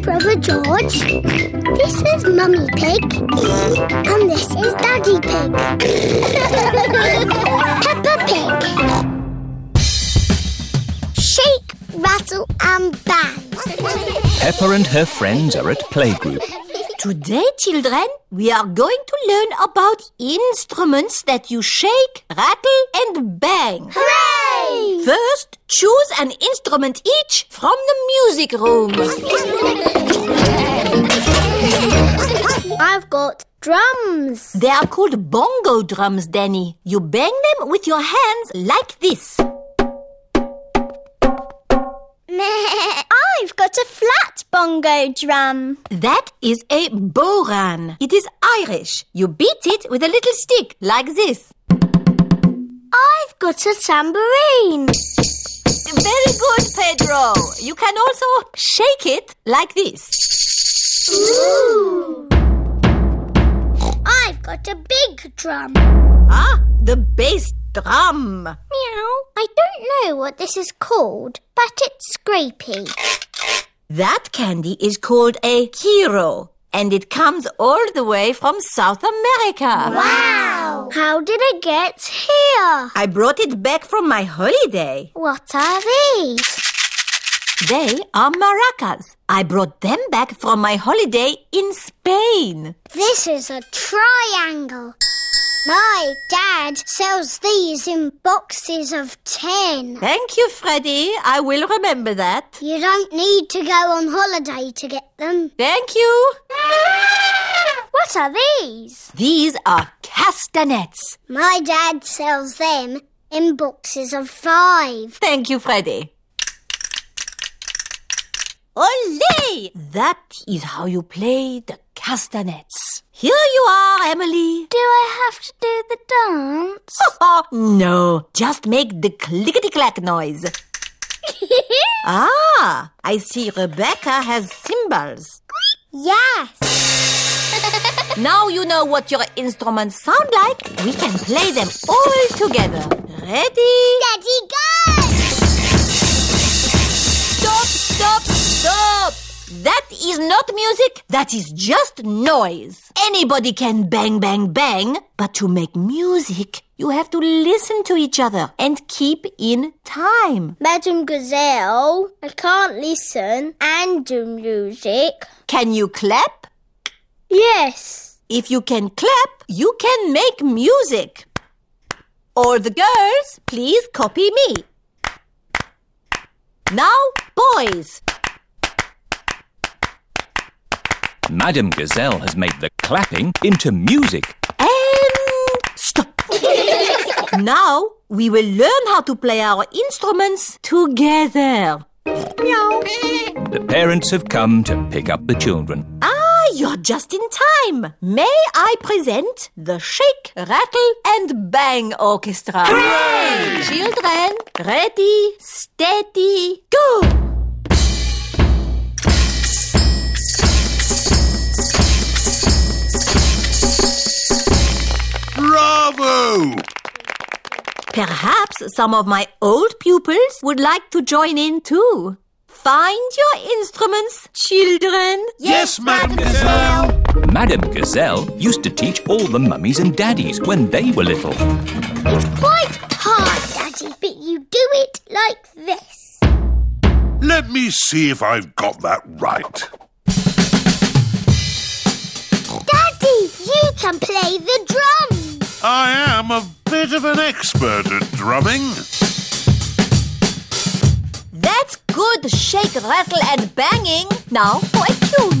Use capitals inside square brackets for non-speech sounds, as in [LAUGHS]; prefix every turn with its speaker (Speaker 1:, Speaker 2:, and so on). Speaker 1: George. This is Mummy Pig. And this is Daddy Pig. [LAUGHS] Peppa Pig. Shake, rattle, and bang.
Speaker 2: Pepper and her friends are at playgroup.
Speaker 3: Today, children, we are going to learn about instruments that you shake, rattle, and bang.
Speaker 1: Hooray! [LAUGHS]
Speaker 3: First, choose an instrument each from the music room.
Speaker 1: I've got drums.
Speaker 3: They are called bongo drums, Danny. You bang them with your hands like this.
Speaker 1: [LAUGHS] I've got a flat bongo drum.
Speaker 3: That is a boran. It is Irish. You beat it with a little stick like this.
Speaker 1: I've got a tambourine.
Speaker 3: Very good, Pedro. You can also shake it like this.
Speaker 1: Ooh. I've got a big drum.
Speaker 3: Ah, the bass drum.
Speaker 1: Meow. I don't know what this is called, but it's scrapey.
Speaker 3: That candy is called a kiro, and it comes all the way from South America.
Speaker 1: Wow. How did it get here?
Speaker 3: I brought it back from my holiday.
Speaker 1: What are these?
Speaker 3: They are maracas. I brought them back from my holiday in Spain.
Speaker 1: This is a triangle. My dad sells these in boxes of ten.
Speaker 3: Thank you, Freddy. I will remember that.
Speaker 1: You don't need to go on holiday to get [LAUGHS] them.
Speaker 3: Thank you.
Speaker 1: What are these?
Speaker 3: These are castanets.
Speaker 1: My dad sells them in boxes of five.
Speaker 3: Thank you, Freddy. Ole! That is how you play the castanets. Here you are, Emily.
Speaker 1: Do I have to do the dance?
Speaker 3: Oh, [LAUGHS] no, just make the clickety clack noise. Ah, I see Rebecca has cymbals.
Speaker 1: [LAUGHS] [LAUGHS] yes.
Speaker 3: Now you know what your instruments sound like. We can play them all together. Ready?
Speaker 1: Daddy, go!
Speaker 3: Stop, stop, stop! That is not music, that is just noise. Anybody can bang, bang, bang, but to make music, you have to listen to each other and keep in time.
Speaker 1: Madam Gazelle, I can't listen and do music.
Speaker 3: Can you clap?
Speaker 1: Yes.
Speaker 3: If you can clap, you can make music. All the girls, please copy me. Now, boys,
Speaker 2: Madam Gazelle has made the clapping into music.
Speaker 3: And stop. now we will learn how to play our instruments together.
Speaker 2: The parents have come to pick up the children.
Speaker 3: Ah, you're just in time. May I present the Shake, Rattle and Bang Orchestra? Children, ready, steady, go!
Speaker 4: Bravo!
Speaker 3: Perhaps some of my old pupils would like to join in too. Find your instruments, children.
Speaker 4: Yes, Madam Gazelle!
Speaker 2: Madam Gazelle used to teach all the mummies and daddies when they were little.
Speaker 1: It's quite hard, Daddy, but you do it like this.
Speaker 4: Let me see if I've got that right.
Speaker 1: Daddy, you can play the drums.
Speaker 4: I am a bit of an expert at drumming.
Speaker 3: That's good shake, rattle, and banging. Now for a tune.
Speaker 1: [LAUGHS]